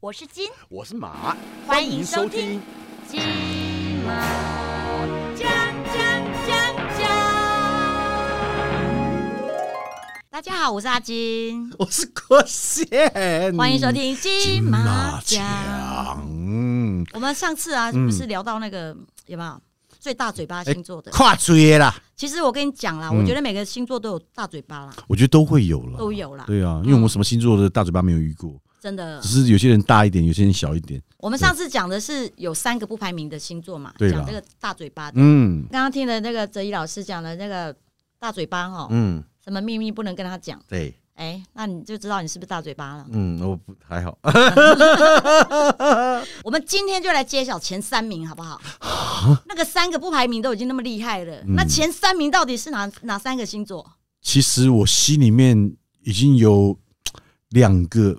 我是金我是马，欢迎收听。金毛讲讲讲讲。大家好，我是阿金，我是郭贤，欢迎收听金毛讲。奖。我们上次啊，不是聊到那个有没有最大嘴巴星座的？哎跨追啦，其实我跟你讲啦，我觉得每个星座都有大嘴巴啦，我觉得都会有了，都有啦嗯对啊，因为我们什么星座的大嘴巴没有遇过，真的只。是有些人大一点，有些人小一点。我们上次讲的是有三个不排名的星座嘛，对啦讲这个大嘴巴的。嗯刚刚听了那个哲一老师讲的那个大嘴巴哈，嗯，什么秘密不能跟他讲？对，哎，那你就知道你是不是大嘴巴了。嗯，我不还好。 我们今天就来揭晓前三名，好不好？那个三个不排名都已经那么厉害了，嗯那前三名到底是哪哪三个星座？其实我心里面已经有两个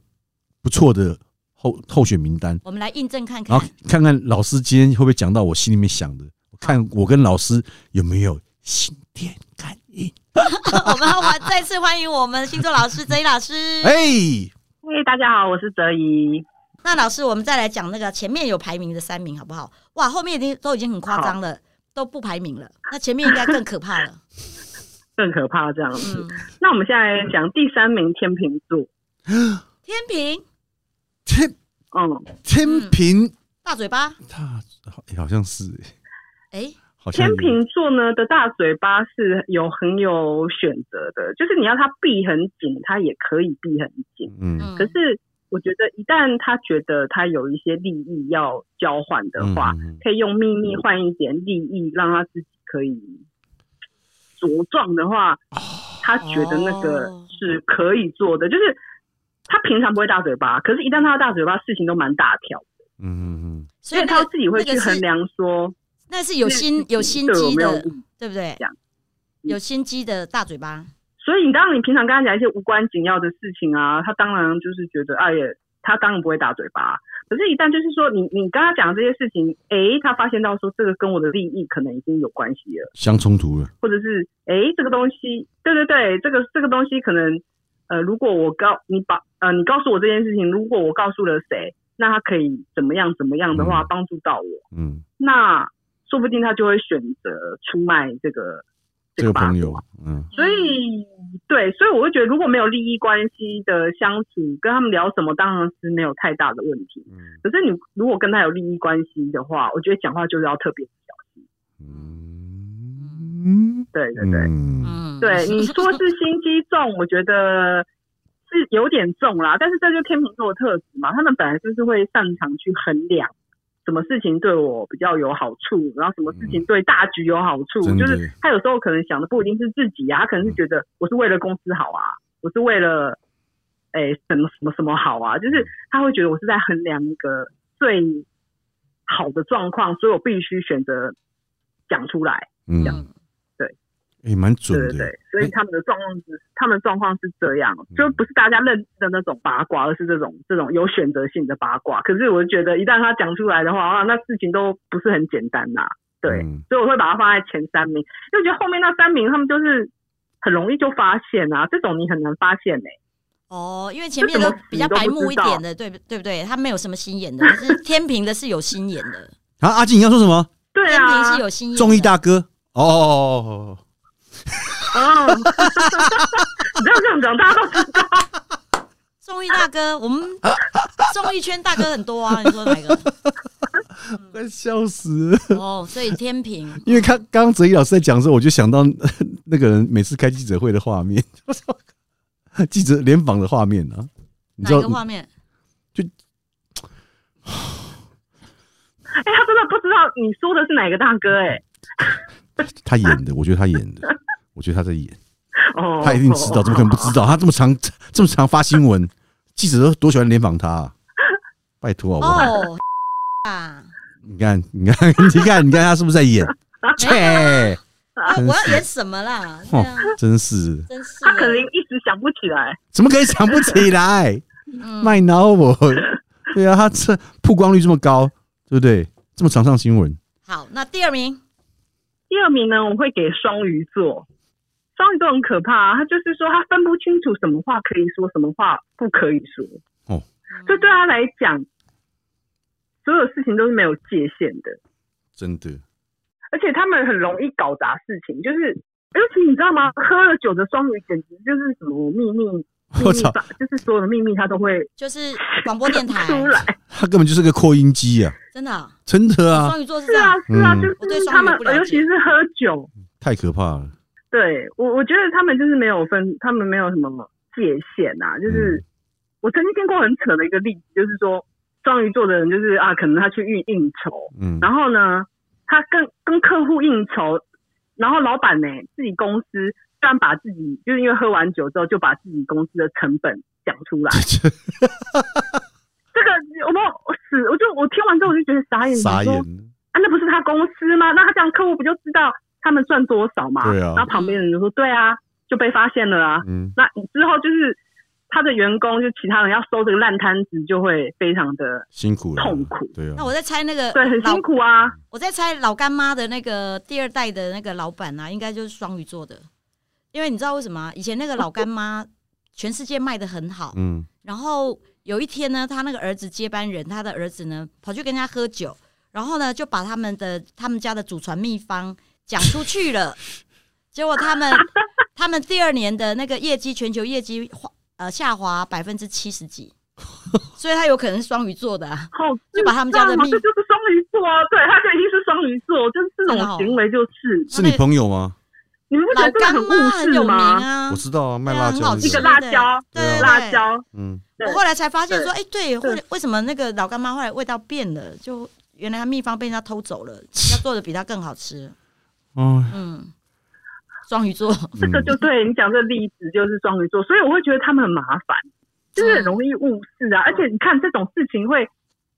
不错的候候选名单，我们来印证看然看后。看看老师今天会不会讲到我心里面想的，看我跟老师有没有心电感应。 我们欢再次欢迎我们星座老 师 J 老师。哎，嘿，大家好，我是哲怡。那老师，我们再来讲那个前面有排名的三名，好不好？哇，后面已经都已经很夸张了，都不排名了。那前面应该更可怕 了。更可怕这样子。嗯，那我们现在讲第三名天秤座，天平天嗯，天平，大嘴巴，他、哎好像是，哎，好像天有秤座呢的大嘴巴是有很有选择的，就是你要他闭很紧，他也可以闭很紧。嗯嗯可是我觉得一旦他觉得他有一些利益要交换的话，嗯嗯嗯可以用秘密换一点利益，让他自己可以茁壮的话，他觉得那个哦是可以做的，就是。他平常不会大嘴巴，可是，一旦他大嘴巴，事情都蛮大条的，嗯嗯所所以以他自己会去衡衡量。量说，那是有心有心对我机没有的意，对不对这样？有心机的大嘴巴，所以你当你平常跟他讲一些无关紧要的事情啊，他当然就是觉得，哎、呀，他当然不会打嘴巴。可是，一旦就是说你你跟他讲这些事情，诶、他发现到说这个跟我的利益可能已经有关系了，相冲突了，或者是诶、这个东西，对对对，这个这个东西可能，呃，如果我告你把呃你告诉我这件事情，如果我告诉了谁，那他可以怎么样怎么样的话嗯帮助到我，嗯，那说不定他就会选择出卖这个这个八朋卦友，嗯所以对，所以我会觉得，如果没有利益关系的相处，跟他们聊什么，当然是没有太大的问题。嗯可是你如果跟他有利益关系的话，我觉得讲话就是要特别小心。嗯对对对，嗯，嗯，对你 说是心机重，我觉得是有点重啦。但是这就是天秤座的特质嘛，他们本来就是会擅长去衡量什么事情对我比较有好处，然后什么事情对大局有好处。真的就是他有时候可能想的不一定是自己啊，他可能是觉得我是为了公司好啊，我是为了哎、什么什么什么好啊，就是他会觉得我是在衡量一个最好的状况，所以我必须选择讲出来。嗯，嗯哎，蛮准哎对的对对，，所以他们的状况是，他们的状况是这样，嗯就不是大家认知的那种八卦，而是这种这种有选择性的八卦。可是我觉得一旦他讲出来的话，啊，那事情都不是很简单呐、对，嗯所以我会把它放在前三名，因为我觉得后面那三名他们就是很容易就发现啊，这种你很难发现呢、欸哦，因为前面都比较白目一点的，对不对不对？他没有什么心眼 的，可是天平的是有心眼的，啊，阿静你要说什么？对天啊，平是有心眼的。综艺大哥，哦哦哦，哦嗯， 你不要这样讲，大家都知哎道。综艺大哥，我 们综艺圈大哥很多啊，你说哪一个？哦快笑死了。哦，所以天平因为看刚刚哲一老师在讲的时候，我就想到 那个人每次开记者会的画面，记者联访的画面啊，你哪知一道个画面？哎、他真的不知道你说的是哪个大哥哎、他演的，我觉得他演的，我觉得他在演，哦，他一定知道，怎么可能不知道？他这么常这么常发新闻，记者都多喜欢联访他、啊，拜托好不好？哦 啊！你看，你看， 你看，你看他是不是在演？切，啊真是我要演什么啦？对哦啊，，真是真是的 他可能一时想不起来。怎么可以想不起来？嗯卖脑我，对啊，他这曝光率这么高，对不对？这么常上新闻，好，那第二名第二名呢，我会给双鱼座。双鱼座很可怕、啊，他就是说他分不清楚什么话可以说，什么话不可以说。哦，就对他来讲，所有事情都是没有界限的，真的，而且他们很容易搞砸事情，就是。尤其你知道吗？喝了酒的双鱼简直就是什么秘密，秘我密操，吧，就是所有的秘密他都会就是广播电台， 出来。他根本就是个扩音机啊，真的啊真的啊，双鱼座是是这样啊，，是啊，嗯我对就是双他鱼们不了，解尤其是喝酒，太可怕了。对我，我觉得他们就是没有分，他们没有什么界限啊。就是、嗯我曾经听过很扯的一个例子，就是说双鱼座的人，就是啊，可能他去应应酬，嗯，然后呢，他跟跟客户应酬，然后老板呢自己公司居然把自己就是因为喝完酒之后就把自己公司的成本讲出来，这个我们我死，我就我听完之后我就觉得傻眼， 傻我说眼，啊，那不是他公司吗？那他这样客户不就知道他们赚多少吗？对啊然后旁边人就说对啊，就被发现了啊。嗯，那之后就是他的员工，就其他人要收这个烂摊子，就会非常的辛苦了，痛苦对啊那，我在猜那个对，很老辛，苦啊。我在猜老干妈的那个第二代的那个老板啊，应该就是双鱼座的，因为你知道为什么啊？以前那个老干妈 全世界卖的很好，嗯，然后有一天呢，他那个儿子接班人，他的儿子呢跑去跟人家喝酒，然后呢就把他们的他们家的祖传秘方讲出去 了，结果他们他们第二年的那个业绩，全球业绩滑呃下滑百分之七十几，所以他有可能是双鱼座的、 啊，好智就把他们家的障哦秘这就是双鱼座啊，对，他就一定是双鱼座，就是这真的哦种行为就是，是你朋友吗？你们不觉老得这个干很妈误很事有名吗？啊我，知道啊，卖对辣啊很椒好那吃一个的辣椒，对对对辣椒，嗯，对我后来才发现说，哎、对，对后来为什么那个老干妈后来味道变了？就原来他秘方被人家偷走了，人家做的比他更好吃。哦，嗯，双鱼座，这个就对你讲这个例子就是双鱼座，所以我会觉得他们很麻烦，就是很容易误事啊。而且你看这种事情会，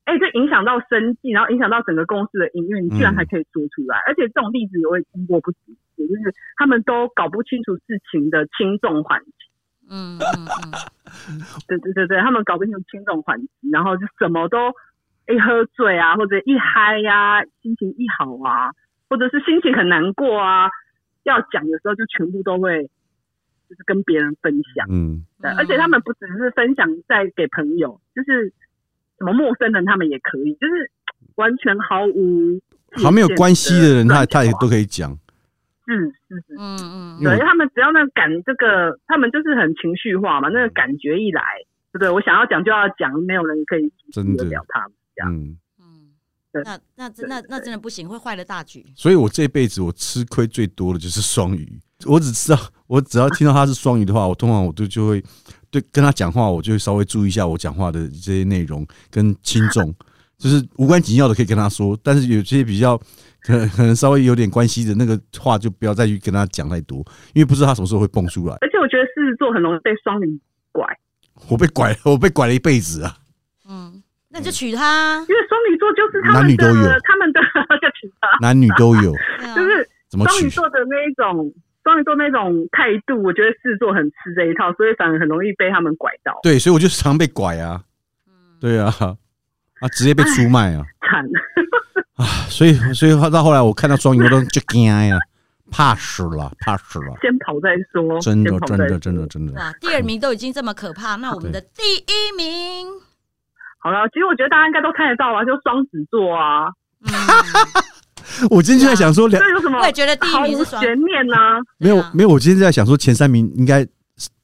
哎、这影响到生计，然后影响到整个公司的营运，你居然嗯还可以说出来。而且这种例子我也听过不止一次，就是他们都搞不清楚事情的轻重缓急。嗯嗯嗯，对对对对，他们搞不清楚轻重缓急，然后就什么都一喝醉啊，或者一嗨呀、心情一好啊，或者是心情很难过啊，要讲的时候就全部都会就是跟别人分享。嗯，对，嗯而且他们不只是分享在给朋友，就是什么陌生人他们也可以，就是完全毫无界限还没有关系的人，他他也乱都可以讲，讲话是是是，嗯嗯 因为嗯，对，他们只要那感这个，他们就是很情绪化嘛，那个感觉一来，对不对？我想要讲就要讲，没有人可以阻真止的得了他们。嗯，嗯对那那真那那真的不行，会坏了大局。所以我这辈子我吃亏最多的就是双鱼，我只知道 我只要听到他是双鱼的话，我通常我都就会对跟他讲话，我就会稍微注意一下我讲话的这些内容跟轻重， 就是无关紧要的可以跟他说，但是有些比较可能可能稍微有点关系的那个话，就不要再去跟他讲太多，因为不知道他什么时候会蹦出来。而且我觉得狮子座很容易被双鱼拐，我被拐了， 我被拐了一辈子啊！嗯，那你就娶她，因为双鱼座就是他男们女都有的他们的 就群啊，男女都有，对啊就是怎么双取鱼？座的那一种。双鱼座那种态度，我觉得狮子座很吃这一套，所以反而很容易被他们拐到，对，所以我就常被拐啊，对啊，嗯啊，直接被出卖啊惨。 啊！所以，所以到后来我看到双鱼座都就惊呀，怕死了，怕死了，先跑再说，真的先，跑真再说的，真的，。真的哇，，第二名都已经这么可怕，那我们的第一名，好了，其实我觉得大家应该都看得到啊，就双子座啊，嗯，我今天就在想说两啊这有什么？我也觉得第一毫名无是双，悬念呐、没对有啊没有，我今天就在想说前三名应该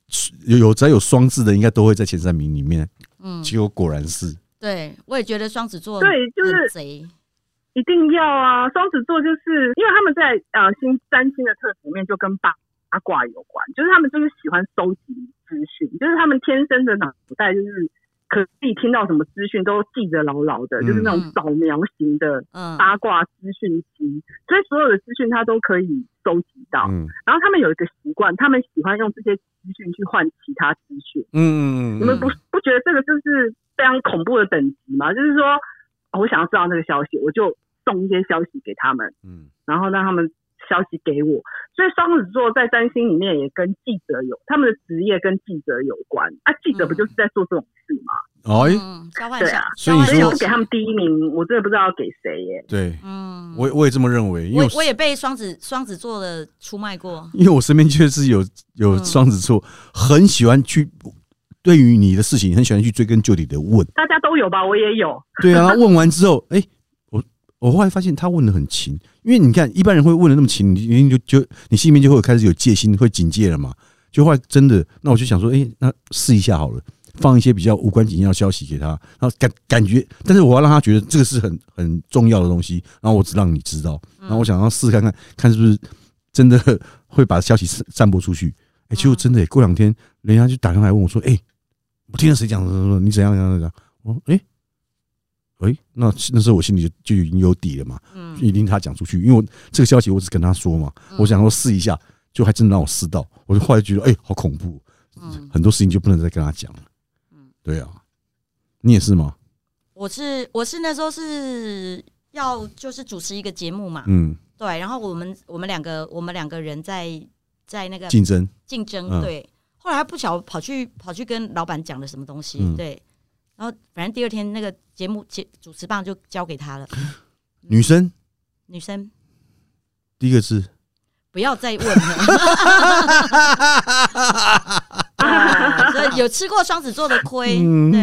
是有有只要有双字的，应该都会在前三名里面。 嗯，结果果然是，对，我也觉得双子座对就是很贼，一定要啊！双子座就是因为他们在呃星三星的特质里面就跟八卦有关，就是他们就是喜欢收集资讯，就是他们天生的脑袋就是可以听到什么资讯都记得牢牢的，嗯就是那种扫描型的嗯，哎八卦资讯机，所以所有的资讯他都可以收集到。嗯然后他们有一个习惯，他们喜欢用这些资讯去换其他资讯。嗯你们不不觉得这个就是非常恐怖的等级吗？就是说，哦我想要知道那个消息，我就送一些消息给他们，嗯然后让他们消息给我。所以双子座在占星里面也跟记者有他们的职业跟记者有关啊，记者不就是在做这种事吗？哦，哎，嗯，交换对小啊，所以你交所换以小说不给他们第一名，我真的不知道要给谁耶。对嗯，我我也这么认为，因为我我也被双子双子座的出卖过，因为我身边确实有有嗯双子座，很喜欢去对于你的事情，很喜欢去追根究底的问。大家都有吧，我也有，对啊，问完之后，哎、我我后来发现他问的很勤，因为你看一般人会问的那么勤，你一定就就你心里面就会有开始有戒心，会警戒了嘛。就后来真的，那我就想说，哎、那试一下好了，放一些比较无关紧要的消息给他，然后感感觉，但是我要让他觉得这个是很很重要的东西，然后我只让你知道，然后我想要试试看看，看是不是真的会把消息散散播出去。哎、结果真的、欸，过两天人家就打电话来问我说，哎、我听了谁讲的，你怎样怎样怎样？我说，哎、哎、那那时候我心里就就已经有底了嘛，嗯，一定他讲出去，因为我这个消息我只跟他说嘛，我想说试一下，就还真的让我试到，我就后来觉得哎、好恐怖，嗯，很多事情就不能再跟他讲了嗯。对啊，你也是吗？我是我是那时候是要就是主持一个节目嘛，嗯，对，然后我们我们两个我们两个人在在那个竞争，竞争，嗯对。后来他不巧跑去跑去跟老板讲了什么东西，嗯对。然后反正第二天那个节目节主持棒就交给他了。女生女生第一个是，不要再问了，啊所以有吃过双子座的亏，嗯对。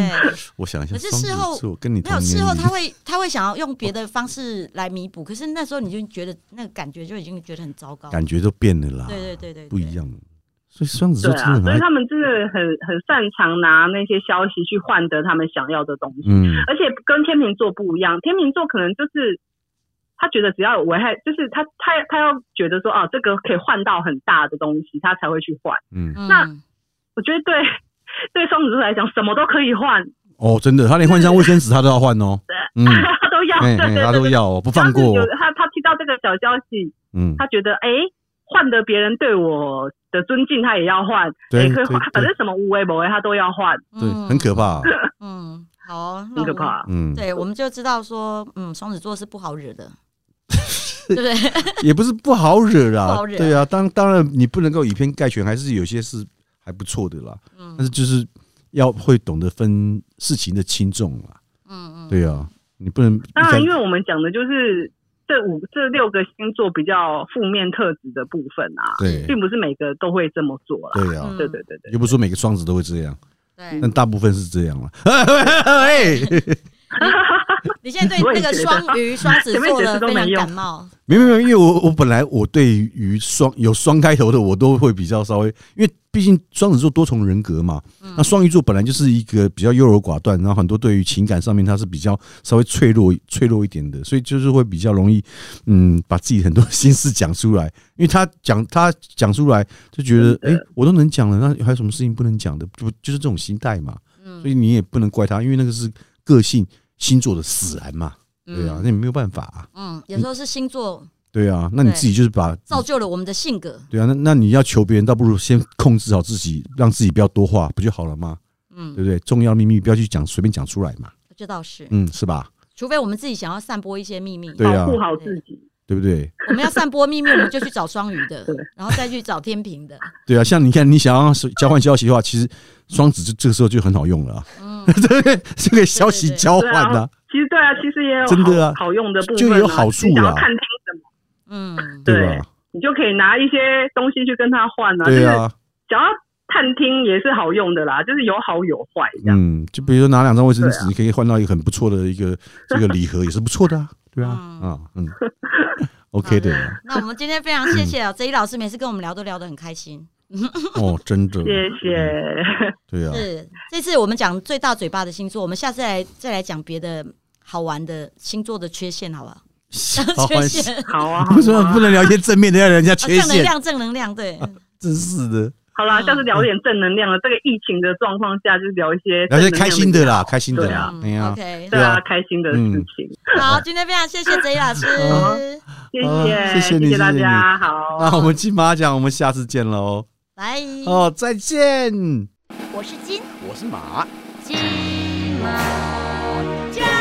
我想一下，可是事双后子座跟你没有同事年后龄他会他会想要用别的方式来弥补，可是那时候你就觉得那个感觉就已经觉得很糟糕。感觉都变了啦，对对对对对不一样了。所以双子座对真的啊，很所爱以，他们真的很很擅长拿那些消息去换得他们想要的东西，嗯而且跟天秤座不一样，天秤座可能就是他觉得只要有危害，就是他他他要觉得说啊，这个可以换到很大的东西，他才会去换。嗯，那嗯，我觉得对 对双子座来讲，什么都可以换，哦，真的，他连换张卫生纸他都要换哦，嗯， 他都要，哎对哎，对对他都对要 哦，不放过他哦是，有他他听到这个小消息，嗯，他觉得哎，换得别人对我的尊敬，他也要换，对哎可对以换对，反正什么无为不为他都要换，对，嗯很可。怕，啊嗯，好哦，那很可我们怕。嗯，对，我们就知道说，嗯，双子座是不好惹 的，对不对？也不是不好惹不啦好，惹对啊，当当然你不能够以偏概全，还是有些是还不错的啦，嗯但是就是要会懂得分事情的轻重啦，嗯嗯，对啊，你不能一当竿然，因为我们讲的就是这五这六个星座比较负面特质的部分啊，对并不是每个都会这么做啦。对啊，嗯对对对对，又不是说每个双子都会这样，对但。大部分是这样 了，嗯哎你现在对那个双鱼、双子座的非常感冒，没有没有，因为我我本来我对于双有双开头的我都会比较稍微，因为毕竟双子座多重人格嘛，那双鱼座本来就是一个比较优柔寡断，然后很多对于情感上面它是比较稍微脆弱脆弱一点的，所以就是会比较容易嗯把自己很多心事讲出来，因为他讲 他讲出来就觉得哎、真的诶我都能讲了，那还有什么事情不能讲的？就就是这种心态嘛，嗯所以你也不能怪他，因为那个是个性星座的使然嘛，对啊，那你没有办法、啊。嗯，有时候是星座对啊，那你自己就是把造就了我们的性格，对啊，那那你要求别人，倒不如先控制好自己，让自己不要多话，不就好了吗？嗯对，不对？重要秘密不要去讲，随便讲出来嘛。这倒是，嗯，是吧？除非我们自己想要散播一些秘密，对啊保护好自己。对不对？我们要散播秘密，我们就去找双鱼的 对，然后再去找天平 的，对啊，像你看，你想要交换消息的嗯话，其实双子这这个时候就很好用了、啊，嗯， 对不对？这个消息交换对呐、啊，其实对啊，其实也有真的啊好好用的部分、就啊，有好处啦你想要看听什么，嗯，对对吧？你就可以拿一些东西去跟他换啊。对就是啊，想要探听也是好用的啦，就是有好有坏这样。嗯，就比如说拿两张卫生纸，对啊你可以换到一个很不错的一个 这个礼盒，也是不错的啊。对啊，嗯啊，嗯，OK 的啦那我们今天非常谢谢啊，这一老师每次跟我们聊都聊得很开心，哦，真的， 谢嗯，谢，对啊，是，这次我们讲最大嘴巴的星座，我们下次来再来讲别的好玩的星座的缺陷，好不好？ 好欢缺喜。陷， 好啊，好啊为什么不能聊一些正面的，让人家缺正能陷？嗯量，正能量，对，真是的，好啦，下次聊点正能量了。啊这个疫情的状况下，就是聊一些聊些正能量开心的啦，开心的啦，哎嗯呀， ，OK，对对啊啊，开心的事情。好，今天非常谢谢 J 老师，谢好啊谢谢，谢你大谢谢家，好。那我们金马奖，我们下次见喽，拜。哦，再见。我是金我是马。金马奖。